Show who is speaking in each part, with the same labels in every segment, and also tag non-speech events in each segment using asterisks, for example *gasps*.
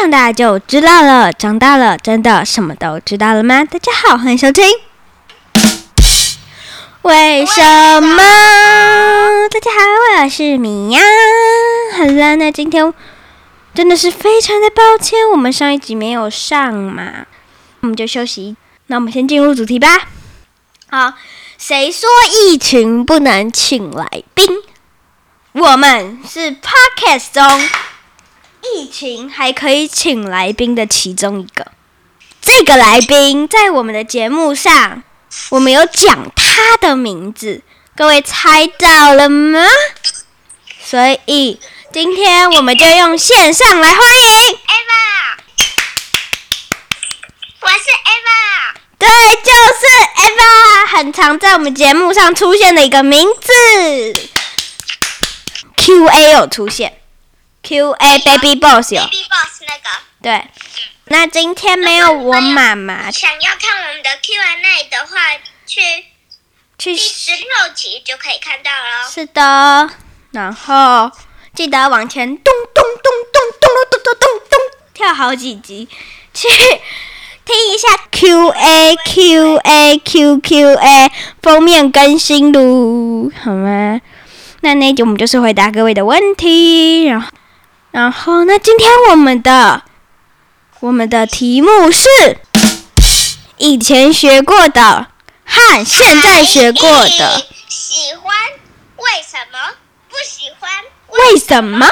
Speaker 1: 长大就知道了，长大了真的什么都知道了吗？大家好，欢迎收听。为什么？大家好，我是米娅。好了，那今天真的是非常的抱歉，我们上一集没有上嘛，我们就休息。那我们先进入主题吧。好，谁说疫情不能请来宾？我们是 Podcast 中疫情还可以请来宾的其中一个。这个来宾在我们的节目上，我们有讲他的名字，各位猜到了吗？所以今天我们就用线上来欢迎。
Speaker 2: Eva，我是 Eva，
Speaker 1: 对，就是 Eva，很常在我们节目上出现的一个名字。QA 有出现，QA Baby Boss 有
Speaker 2: Baby Boss 那个。
Speaker 1: 对。那今天没有我妈妈
Speaker 2: 想要看我们的 Q&A 的话，去
Speaker 1: 去，
Speaker 2: 第十六集就可以看到了。
Speaker 1: 是的。然后记得往前咚咚咚咚咚咚咚咚咚跳好几级，去听一下 QA QA QQA 封面更新喽，好吗？那那一集我们就是回答各位的问题，然后，然后那今天我们的我们的题目是以前学过的和现在学过的，
Speaker 2: 哎你喜欢为什么？不喜欢
Speaker 1: 为什么？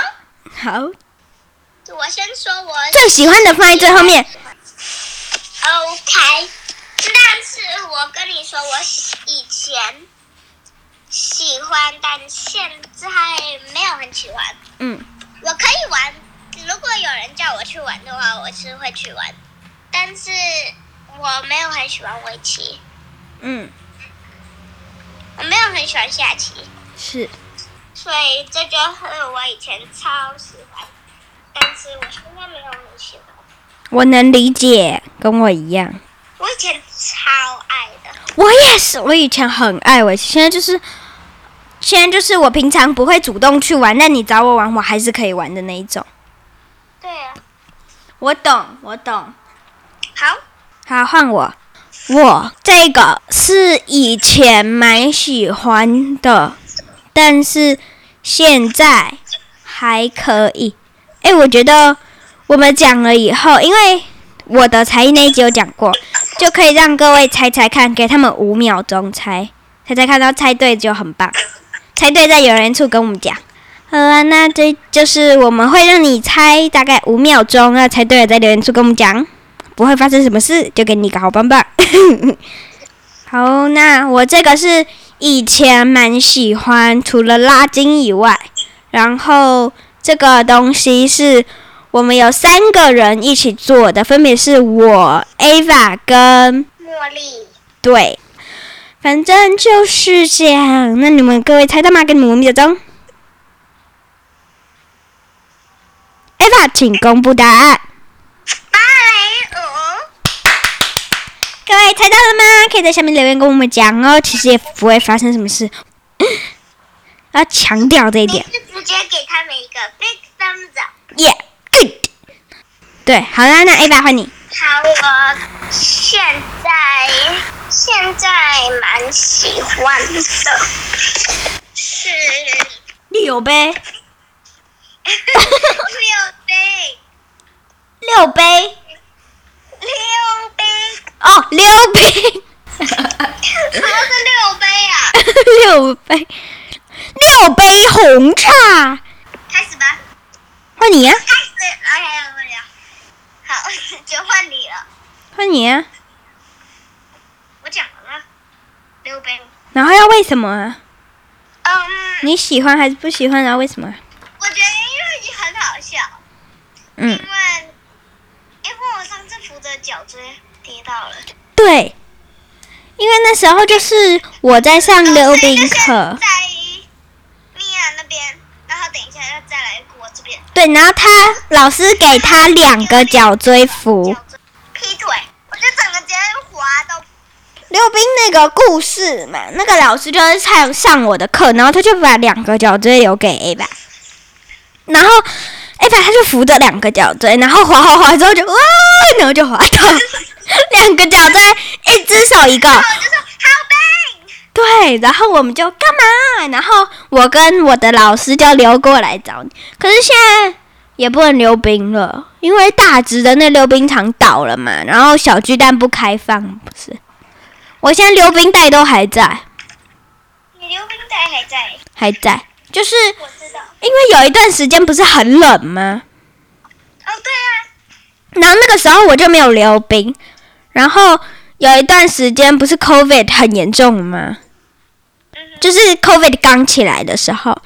Speaker 1: 好，
Speaker 2: 我先说我
Speaker 1: 最喜欢的放在最后面。
Speaker 2: OK，但是我跟你说，我以前喜欢，但现在没有很喜欢。
Speaker 1: 嗯，
Speaker 2: 我可以玩，如果有人叫我去玩的话，我是会去玩，但是我没有很喜欢围棋，
Speaker 1: 嗯，
Speaker 2: 我没有很喜欢下棋，
Speaker 1: 是
Speaker 2: 所以这就是我以前超喜欢，但是我现在没有很喜欢。
Speaker 1: 我能理解，跟我一样。
Speaker 2: 我以前超爱的，
Speaker 1: 我也是，我以前很爱围棋，现在就是，现在就是我平常不会主动去玩，但你找我玩，我还是可以玩的那一种。
Speaker 2: 对啊，
Speaker 1: 我懂，我懂。
Speaker 2: 好，
Speaker 1: 好，换我。我这个是以前蛮喜欢的，但是现在还可以。哎，我觉得我们讲了以后，因为我的才艺那一集有讲过，就可以让各位猜猜看，给他们五秒钟猜，猜猜看，然后猜对就很棒。猜对在有人处跟我们讲。好啊，那这就是我们会让你猜大概五秒钟，那猜对了在留言处跟我们讲。不会发生什么事，就给你一个好棒 *laughs* 棒。好，那我这个是以前蛮喜欢，除了拉筋以外，然后这个东西是我们有三个人一起做的，分别是我、Ava 跟
Speaker 2: 茉莉，
Speaker 1: 对，反正就是这样。那你们各位猜到吗？给你们五秒钟。Ava，请公布答案。
Speaker 2: 芭蕾舞，
Speaker 1: 各位猜到了吗？可以在下面留言跟我们讲哦。其实也不会发生什么事， *gasps* 要强调这一
Speaker 2: 你
Speaker 1: 点。
Speaker 2: 是直接给他们一个 big thumbs up。
Speaker 1: Yeah, good。对，好啦，那 A 爸换你。
Speaker 2: 好，我现在现在蛮喜欢的，是
Speaker 1: 六杯，
Speaker 2: 六杯
Speaker 1: 六杯，
Speaker 2: 六杯，
Speaker 1: 哦，六杯，
Speaker 2: 什么是六杯啊？
Speaker 1: *laughs* 六杯，六杯红茶。
Speaker 2: 开始吧，
Speaker 1: 换你呀、啊
Speaker 2: 开始，OK，我聊。好，就换你了，
Speaker 1: 换你啊呀、
Speaker 2: 我讲完了，六杯。
Speaker 1: 然后要为什么啊？
Speaker 2: 嗯，
Speaker 1: 你喜欢还是不喜欢？然后为什么啊？
Speaker 2: 我觉得因为很好笑，因
Speaker 1: 嗯，
Speaker 2: 为因为我上次扶着脚椎跌到了。
Speaker 1: 对，因为那时候就是我在上溜冰课。
Speaker 2: 在米娅那边，然后等一下要再来我这边
Speaker 1: 对，然后他老师给他两个脚椎服。
Speaker 2: 叫做劈腿，我就整个直接滑到
Speaker 1: 溜冰那个故事嘛，那个老师就是上上我的课，然后他就把两个脚椎留给 A 吧，然后哎，反正他就扶着两个脚锥，然后滑滑滑之后就哇，然后就滑 *laughs* 到两个脚锥，一只手一个。
Speaker 2: 然后我就说好棒，
Speaker 1: 对，然后我们就干嘛？然后我跟我的老师就溜过来找你。可是现在也不能溜冰了，因为大直的那溜冰场倒了嘛，然后小巨蛋不开放，不是？我现在溜冰带都还在，
Speaker 2: 你溜冰带还在，
Speaker 1: 还在，就是
Speaker 2: 我知道。
Speaker 1: 因为有一段时间不是很冷吗？
Speaker 2: 哦，对啊，
Speaker 1: 然后那个时候我就没有溜冰，然后有一段时间不是 COVID 很严重吗？
Speaker 2: 嗯哼，
Speaker 1: 就是 COVID 刚起来的时候，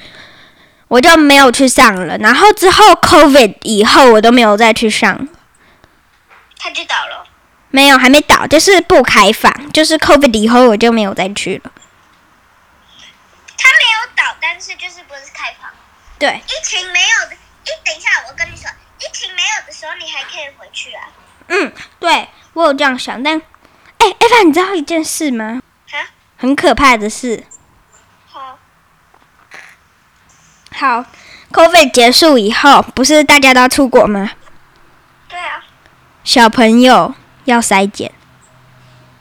Speaker 1: 我就没有去上了。然后之后 COVID 以后，我都没有再去上，
Speaker 2: 他就倒了。
Speaker 1: 没有还没倒，就是不开放，就是 COVID 以后我就没有再去了。
Speaker 2: 他没有倒，但是就是不是开放。
Speaker 1: 对，
Speaker 2: 疫情没有的，一等一下，我跟你说，疫情没有的时候你还可以回去啊。
Speaker 1: 嗯，对我有这样想，但哎，艾凡，你知道一件事吗？
Speaker 2: 哈，
Speaker 1: 很可怕的事。
Speaker 2: 好，
Speaker 1: 好，COVID 结束以后，不是大家都要出国吗？
Speaker 2: 对啊，
Speaker 1: 小朋友要筛检，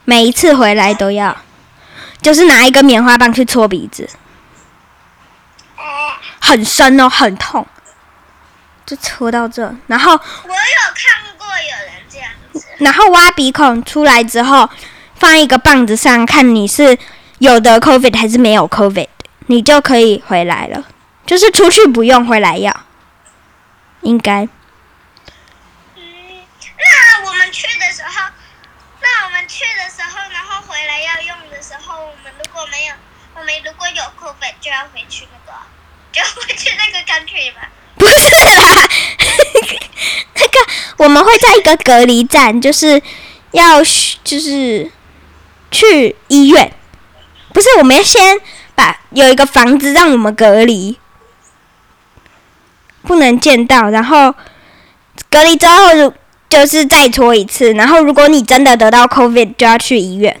Speaker 1: 每一次回来都要，就是拿一根棉花棒去戳鼻子。
Speaker 2: 哎，
Speaker 1: 很深哦，很痛，就戳到这，然后
Speaker 2: 我有看过有人这样子。
Speaker 1: 然后挖鼻孔出来之后，放一个棒子上，看你是有得 COVID 还是没有 COVID，你就可以回来了，就是出去不用回来要，应该
Speaker 2: 嗯，那我们去的时候，那我们去的时候，然后回来要用的时候，我们如果没有，我们如果有 COVID 就要回去那个， *laughs* 就要回去那个 country 嘛。
Speaker 1: 不是啦，那个我们会在一个隔离站，就是要去就是去医院，不是我们要先把有一个房子让我们隔离，不能见到，然后隔离之后如就是再搓一次，然后如果你真的得到 COVID 就要去医院。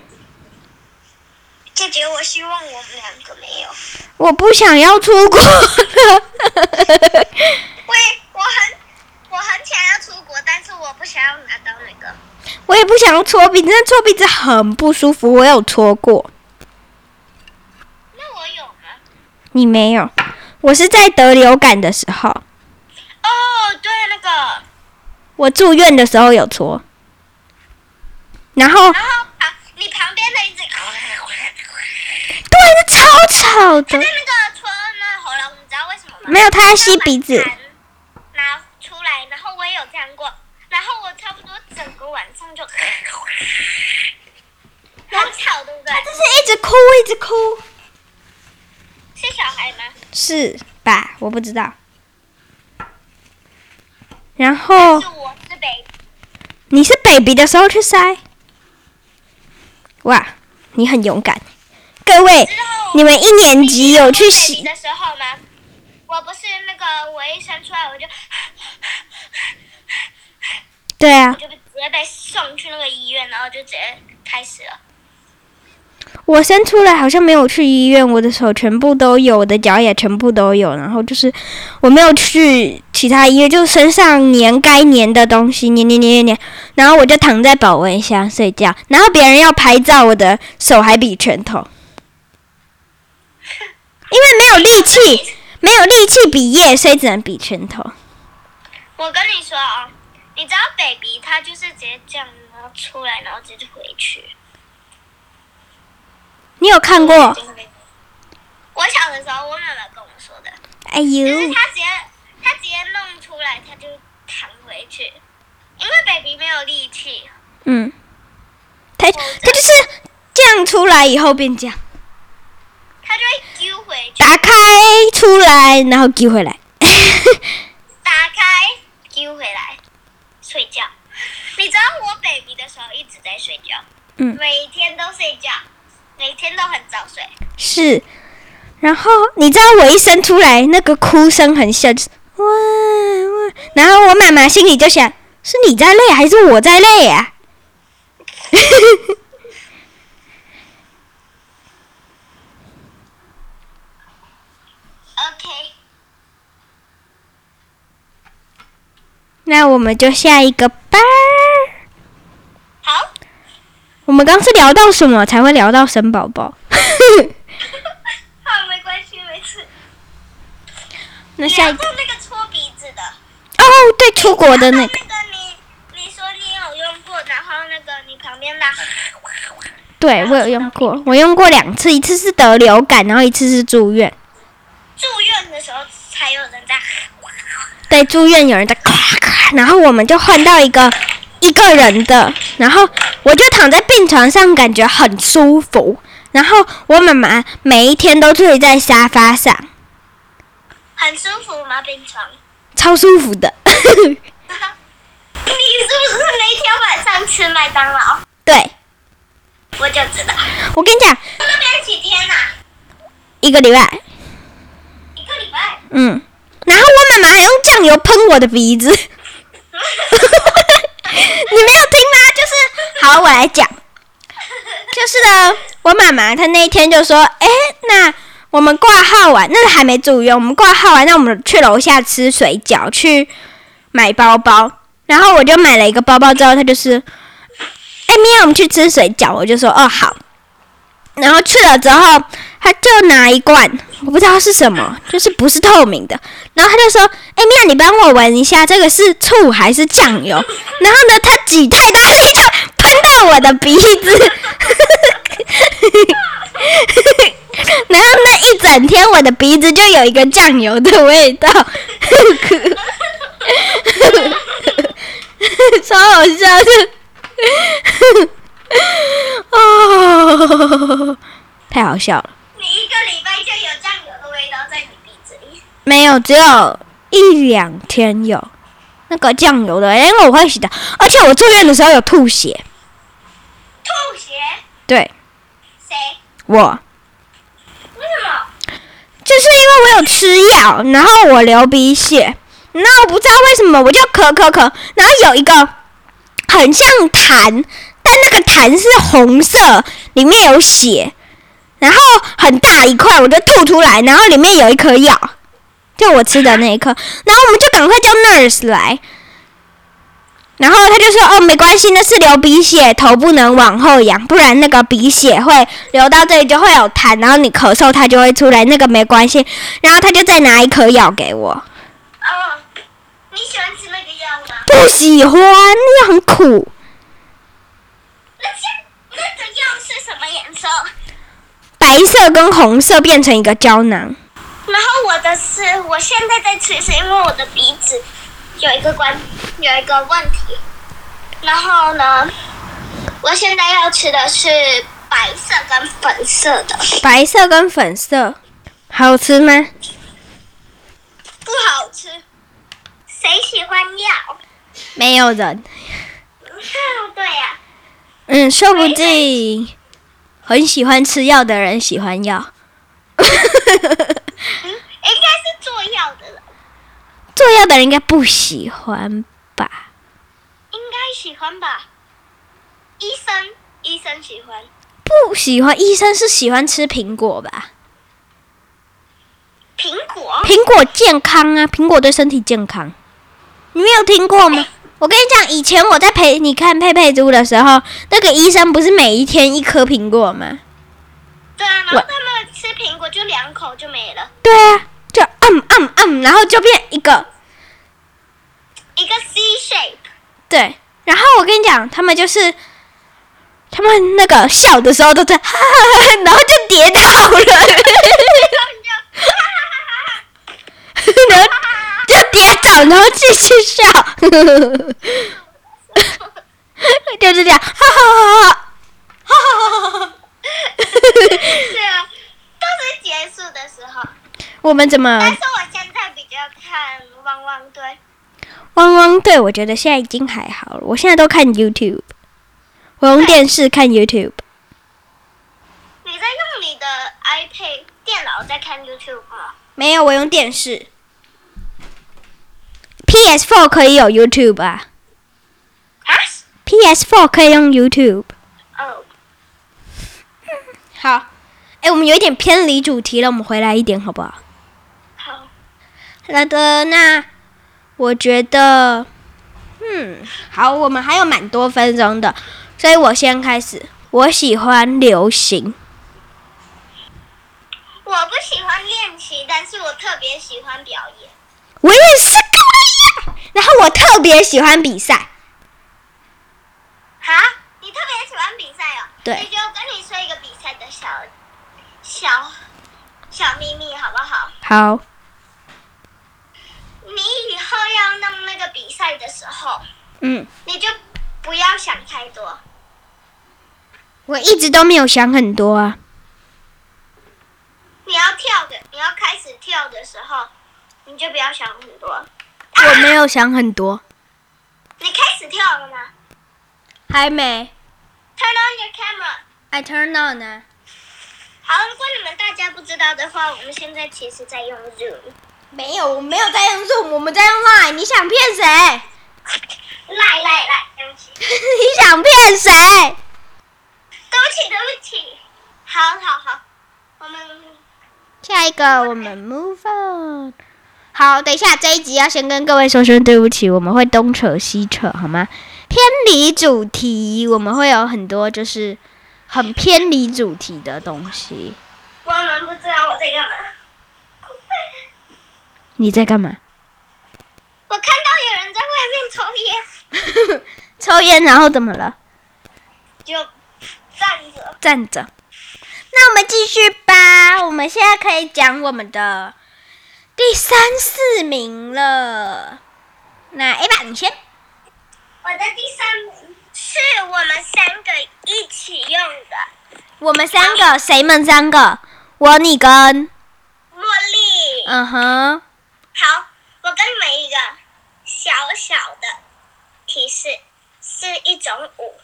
Speaker 2: 姐姐，我希望我们两个没有。
Speaker 1: 我不想要出国了，
Speaker 2: 我也我很我很想要出国，但是我不想要拿到那个。
Speaker 1: 我也不想要搓鼻子，那搓鼻子很不舒服，我有搓过。
Speaker 2: 那我有吗？
Speaker 1: 你没有，我是在得流感的时候，
Speaker 2: 哦，对，那个，
Speaker 1: 我住院的时候有搓，然后对，
Speaker 2: 然后旁你旁边 *laughs* 的一只，
Speaker 1: 那超吵
Speaker 2: 它
Speaker 1: 的
Speaker 2: 在，那个戳那喉咙，你知道为什么吗？
Speaker 1: 没有，他在吸鼻子，
Speaker 2: 把痰拿出来，然后我也有这样过，然后我差不多整个晚上就，很吵，对不对？
Speaker 1: 就是一直哭，一直哭，
Speaker 2: 是小孩吗？
Speaker 1: 是吧？我不知道。然后
Speaker 2: 是我是 baby，
Speaker 1: 你是 baby 的时候去塞，哇，你很勇敢，各位，
Speaker 2: 之后
Speaker 1: 你们一年级有去洗
Speaker 2: 的时候吗？我不是那个，我一生出来我就， *laughs*
Speaker 1: 对
Speaker 2: 我
Speaker 1: 啊，
Speaker 2: 就直接被送去那个医院，然后就直接开始了。
Speaker 1: 我生出来好像没有去医院，我的手全部都有，我的脚也全部都有，然后就是我没有去其他医院，就身上粘该粘的东西，粘粘粘粘粘，然后我就躺在保温箱睡觉，然后别人要拍照，我的手还比拳头，因为没有力气，没有力气比耶，所以只能比拳头。
Speaker 2: 我跟你说啊、你知道 baby 他就是直接这样，然后出来，然后直接回去。
Speaker 1: 你有看过？
Speaker 2: 我小的时候，我妈妈跟我说的，
Speaker 1: 哎
Speaker 2: 就
Speaker 1: 呦
Speaker 2: 是，她直接她直接弄出来，她就躺回去，因为 baby 没有力气。
Speaker 1: 嗯，他他就是这样出来以后变这样。
Speaker 2: 他就会丢回去，
Speaker 1: 打开出来，然后丢回来。 *laughs*
Speaker 2: 打开丢回来，睡觉。你知道我 baby 的时候一直在睡觉，
Speaker 1: 嗯
Speaker 2: 每天都睡觉，每天都很早睡。
Speaker 1: 是，然后你知道我一生出来那个哭声很像，就是哇哇，然后我妈妈心里就想，是你在累还是我在累啊？
Speaker 2: OK，
Speaker 1: 那我们就下一个吧。
Speaker 2: 好，
Speaker 1: 我们刚是聊到什么才会聊到生宝宝？
Speaker 2: *laughs* 好，没关系，没事。
Speaker 1: 那下一
Speaker 2: 聊
Speaker 1: 个
Speaker 2: 到那个搓鼻子的，啊
Speaker 1: 哦，对，出国的那
Speaker 2: 那
Speaker 1: 个，
Speaker 2: 个你你说你有用过，然后那个你旁边拉，
Speaker 1: 对我有用过，我用过两次，一次是得流感，然后一次是住院。
Speaker 2: 住院的时候才有人在。
Speaker 1: 对，住院有人在咔咔，然后我们就换到一个一个人的，然后我就躺在病床上，感觉很舒服。然后我妈妈每一天都睡在沙发上，
Speaker 2: 很舒服吗？病床？
Speaker 1: 超舒服的。 *laughs*
Speaker 2: 你是不是那天晚上吃麦当劳？
Speaker 1: 对，
Speaker 2: 我就知道。
Speaker 1: 我跟你讲，
Speaker 2: 那边几天呐、
Speaker 1: 一个礼拜，
Speaker 2: 一个礼拜。 *laughs*
Speaker 1: 嗯，然后我妈妈还用酱油喷我的鼻子，你 *laughs* 没有听吗？就是好，我来讲，就是呢，我妈妈她那一天就说，哎，那我们挂号完，那还没住院，我们挂号完，那我们去楼下吃水饺，去买包包，然后我就买了一个包包，之后她就是，哎，明天我们去吃水饺，我就说，哦，好。然后去了之后，他就拿一罐，我不知道是什么，就是不是透明的。然后他就说：“哎、米娅，你帮我闻一下，这个是醋还是酱油？” *laughs* 然后呢，他挤太大力就喷到我的鼻子， *laughs* 然后那一整天我的鼻子就有一个酱油的味道， *laughs* 超好笑的，哦，太好笑了。
Speaker 2: 你一个礼拜就有酱油的味道在你鼻子里。
Speaker 1: 没有，只有一两天有那个酱油的，因为我会洗的，而且我住院的时候有吐血。
Speaker 2: 吐血？
Speaker 1: 对
Speaker 2: 谁？
Speaker 1: 我，
Speaker 2: 为什么？
Speaker 1: 就是因为我有吃药，然后我流鼻血，那我不知道为什么我就咳咳咳，然后有一个很像痰，但那个痰是红色，里面有血，然后很大一块，我就吐出来，然后里面有一颗药，就我吃的那一颗，然后我们就赶快叫 nurse 来。然后他就说：“哦，没关系，那是流鼻血，头不能往后仰，不然那个鼻血会流到这里就会有痰，然后你咳嗽它就会出来，那个没关系。”然后他就再拿一颗药给我，
Speaker 2: 哦，你喜欢吃那个药吗？
Speaker 1: 不喜欢，那药很苦，
Speaker 2: 那这那个药是什么颜色？
Speaker 1: 白色跟红色变成一个胶囊。
Speaker 2: 然后我的是，我现在在吃，是因为我的鼻子有一个关有一个问题。然后呢，我现在要吃的是白色跟粉色的，
Speaker 1: 白色跟粉色，好吃吗？
Speaker 2: 不好吃。谁喜欢药？
Speaker 1: 没有人，
Speaker 2: 对啊呀、
Speaker 1: 嗯，说不定很喜欢吃药的人喜欢药。
Speaker 2: 嗯，应该是做药的人，
Speaker 1: *laughs* 做药的人应该不喜欢吧？
Speaker 2: 应该喜欢吧？医生，医生喜欢。
Speaker 1: 不喜欢，医生是喜欢吃苹果吧？
Speaker 2: 苹果，
Speaker 1: 苹果健康啊，苹果对身体健康。你没有听过吗？我跟你讲，以前我在陪你看佩佩猪的时候，那个医生不是每一天一颗苹果吗？
Speaker 2: 对啊，然
Speaker 1: 我
Speaker 2: 后他们吃苹果就两口就没了，
Speaker 1: 对啊，就嗯嗯嗯，然后就变一个
Speaker 2: 一个 C *laughs* shape。
Speaker 1: 对。然后我跟你讲，他们就是他们那个笑的时候都在， *laughs* 哈哈哈哈，然后就跌倒了， *laughs* 然后就跌倒，然后继续笑，就是这样，哈哈哈哈。
Speaker 2: 对啊，都是结束的时候。
Speaker 1: 我们怎
Speaker 2: 但
Speaker 1: 么
Speaker 2: 是我现在比较看汪汪队，
Speaker 1: 汪汪队？我觉得现在已经还好了。我现在都看 YouTube，我用电视看 YouTube。
Speaker 2: 你在用你的 iPad 电脑在看 YouTube 吗？
Speaker 1: 没有，我用电视。PS4 可以有 YouTube 啊
Speaker 2: 啊？
Speaker 1: ，PS4 可以用 YouTube。
Speaker 2: 哦，
Speaker 1: 好，哎，我们有一点偏离主题了，我们回来一点好不好？
Speaker 2: 好，
Speaker 1: 好的，那我觉得嗯，好，我们还有蛮多分钟的，所以我先开始。我喜欢流行，
Speaker 2: 我不喜欢练习，但是我特别喜欢表演。
Speaker 1: 我也是跟我一样。然后我特别喜欢比赛，
Speaker 2: 哈，你特别喜欢比赛哦？
Speaker 1: 对
Speaker 2: 那就跟你说一个比赛的小小小秘密，好不好？
Speaker 1: 好，
Speaker 2: 你以后要弄那个比赛的时候，
Speaker 1: 嗯，
Speaker 2: 你就不要想太多。
Speaker 1: 我一直都没有想很多啊。
Speaker 2: 你要跳的，你要开始跳的时候，你就不要想很多。
Speaker 1: 我没有想很多，
Speaker 2: 你开始跳了吗
Speaker 1: 还没。
Speaker 2: ？Turn on your camera。
Speaker 1: I turn on 啊呢、
Speaker 2: 好，如果你们大家不知道的话，我们现在其实在用 Zoom。
Speaker 1: 没有，我没有在用 Zoom，我们在用 Line。你想骗谁？ *laughs*
Speaker 2: 来来来，对不起，对
Speaker 1: 你想骗谁？
Speaker 2: 不起，对不起。好好好，我们
Speaker 1: 下一个我们 move on。好，等一下这一集要先跟各位说声对不起，我们会东扯西扯，好吗？偏离主题，我们会有很多就是很偏离主题的东西。
Speaker 2: 我们不知道我在干嘛。 *laughs*
Speaker 1: 你在干嘛？
Speaker 2: 我看到有人在外面抽烟，
Speaker 1: *laughs* 抽烟，然后怎么了？
Speaker 2: 就站着。
Speaker 1: 站着。那我们继续吧，我们现在可以讲我们的第三四名了。那 A 吧，你先。
Speaker 2: 我的第三名是我们三个一起用的
Speaker 1: 我们三个，谁们三个？我、你跟，
Speaker 2: 茉莉。
Speaker 1: 嗯哼，
Speaker 2: 好，我给你们一个小小的提示，是一种舞。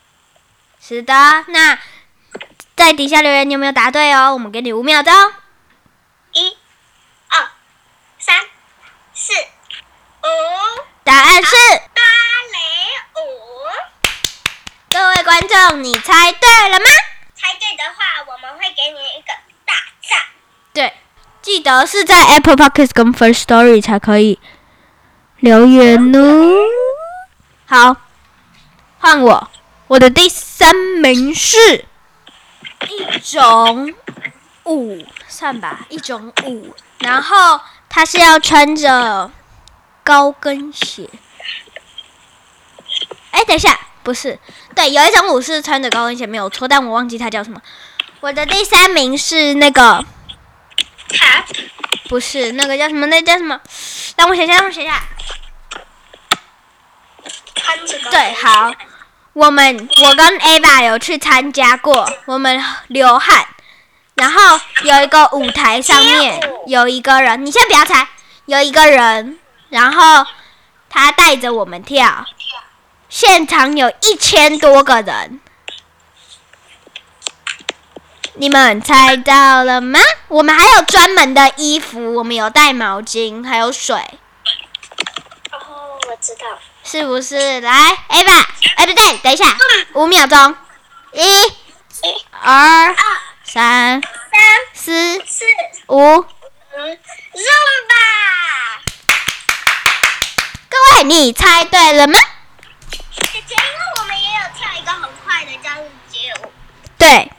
Speaker 1: 是的。那在底下留言你有没有答对哦？我们给你五秒钟。
Speaker 2: 一、二、三、四、五，
Speaker 1: 答案是，
Speaker 2: 芭蕾舞。
Speaker 1: 各位观众，你猜对了吗？
Speaker 2: 猜对的话，我们会给你一个大赞。
Speaker 1: 对，记得是在 Apple Podcast 跟 First Story 才可以留言哦。好，换我，我的第三名是一种舞，算吧，一种舞。然后它是要穿着高跟鞋。哎，等一下，不是，对，有一种舞是穿着高跟鞋没有错，但我忘记它叫什么。我的第三名是那个。
Speaker 2: 好，
Speaker 1: 不是那个叫什么？那叫什么？让我想想，让我想想。
Speaker 2: 穿着高跟
Speaker 1: 对，
Speaker 2: 鞋
Speaker 1: 好，我们我跟 Ava 有去参加过，我们流汗，然后有一个舞台上面
Speaker 2: 街舞
Speaker 1: 有一个人，你先不要猜，有一个人，然后他带着我们跳，现场有一千多个人。你们猜到了吗？我们还有专门的衣服，我们有带毛巾，还有水。
Speaker 2: 哦，我知道。
Speaker 1: 是不是？来，Ava，哎，不对，等一下，五秒钟，一、
Speaker 2: 一、
Speaker 1: 二、
Speaker 2: 二、
Speaker 1: 三、
Speaker 2: 三、
Speaker 1: 四、
Speaker 2: 四、嗯
Speaker 1: 五。
Speaker 2: 五，Zoom 吧！
Speaker 1: 各位，你猜对了吗？
Speaker 2: 姐姐，因为我们也有跳一个很快的叫街舞，
Speaker 1: 对，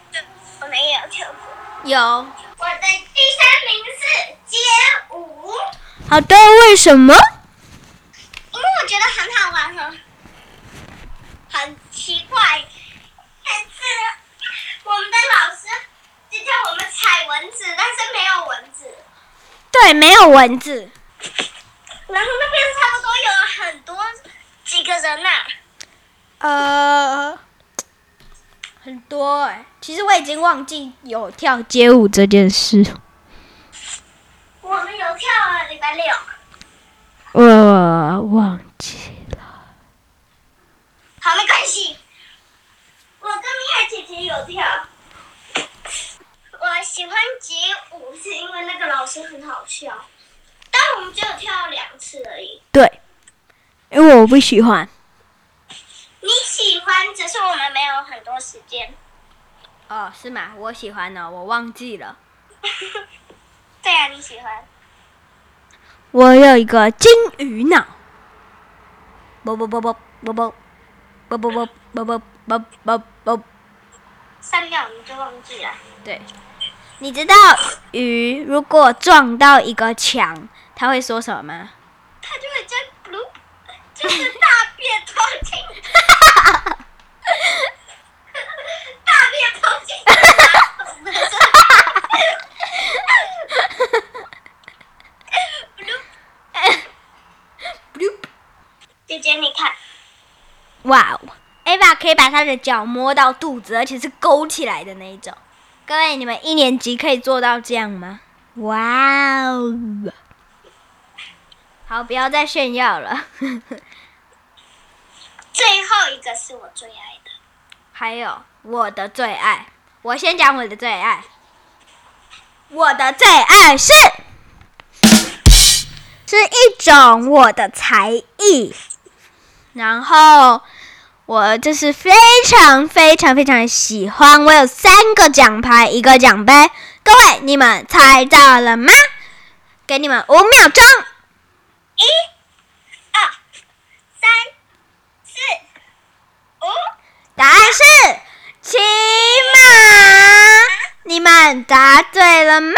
Speaker 2: 我们也有跳过。
Speaker 1: 有。
Speaker 2: 我的第三名是街舞，
Speaker 1: 好的，为什么？
Speaker 2: 因为我觉得很好玩很很奇怪，但是嗯我们的老师就叫我们踩蚊子，但是没有蚊子。
Speaker 1: 对，没有蚊子。
Speaker 2: 然后那边差不多有很多几个人呐、
Speaker 1: 呃，很多哎、其实我已经忘记有跳街舞这件事。
Speaker 2: 我们有跳啊，礼拜六。
Speaker 1: 我呃忘记了。
Speaker 2: 好，没关系。我跟米娅姐姐有跳。我喜欢街舞是因为那个老师很好笑，但我们只有跳了两次而已。
Speaker 1: 对，因为我不喜欢。
Speaker 2: 你喜欢，只是我们没有很多时间。
Speaker 1: 哦，是吗？我喜欢呢，我忘记了。
Speaker 2: 对啊，你喜欢。
Speaker 1: 我有一个金鱼脑，啵啵啵啵，啵啵啵啵啵啵啵啵啵啵，
Speaker 2: 删掉你就忘记了。
Speaker 1: 对。你知道鱼如果撞到一个墙，它会说什么吗？
Speaker 2: 他就会将如就是大便拖进，大便拖进马桶的时候。姐姐，你看，
Speaker 1: 哇哦！Ava 可以把她的脚摸到肚子，而且是勾起来的那一种。各位，你们一年级可以做到这样吗？哇哦！好，不要再炫耀了。
Speaker 2: 最后一个是我最爱的，
Speaker 1: 还有我的最爱，我先讲我的最爱。我的最爱是是一种我的才艺，然后我就是非常非常非常喜欢。我有三个奖牌，一个奖杯。各位，你们猜到了吗？给你们五秒钟。
Speaker 2: 一、二、三、四、五。
Speaker 1: 答案是骑马。你们答对了吗？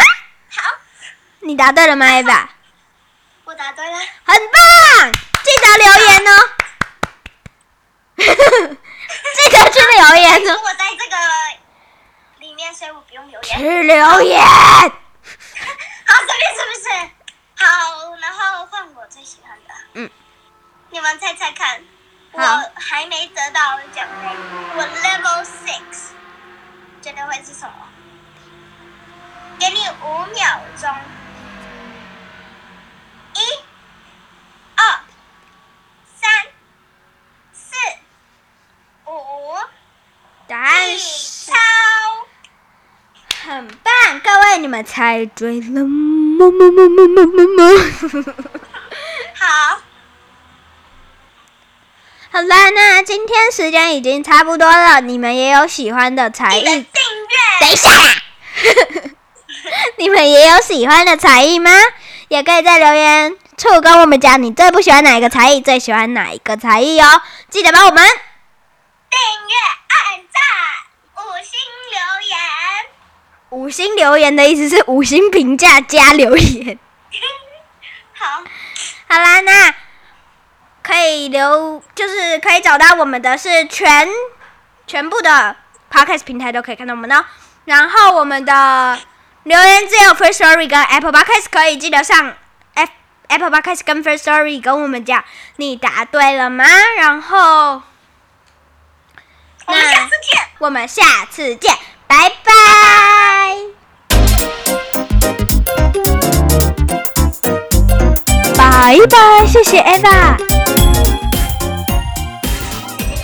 Speaker 2: 好，
Speaker 1: 你答对了吗，Eva？
Speaker 2: 我答对了。
Speaker 1: 很棒！记得留言哦。 *laughs* 记得去留言
Speaker 2: 因为
Speaker 1: 哦，
Speaker 2: 我在这个里面，所以我不用留言。
Speaker 1: 去留言。
Speaker 2: 好，啊这边是不是？好，然后换我最喜欢的。
Speaker 1: 嗯。
Speaker 2: 你们猜猜看，我
Speaker 1: 好
Speaker 2: 还没得到奖杯，我 level six，觉得会是什么？给你五秒钟。一、二、三、四、五，
Speaker 1: 答
Speaker 2: 一
Speaker 1: 案哎是
Speaker 2: 超。
Speaker 1: 很棒，各位你们猜对了么么么么么么么。
Speaker 2: 好，
Speaker 1: *laughs* 好啦，那今天时间已经差不多了，你们也有喜欢的才
Speaker 2: 记得
Speaker 1: 艺
Speaker 2: 订阅。
Speaker 1: 哎等一下， *laughs* 你们也有喜欢的才艺吗？也可以在留言处跟我们讲你最不喜欢哪一个才艺，最喜欢哪一个才艺哦。记得帮我们
Speaker 2: 订阅、按赞、五星留言。
Speaker 1: 五星留言的意思是五星评价加留言。
Speaker 2: 好，
Speaker 1: 好啦，那可以留，就是可以找到我们的是全全部的 podcast 平台都可以看到我们哦。然后我们的留言只有 First Story 跟 Apple Podcast 可以，记得上 F Apple Podcast 跟 First Story 跟我们讲你答对了吗？然后
Speaker 2: 我们下次见。
Speaker 1: 我们下次见，拜拜。拜拜，谢谢 Eva。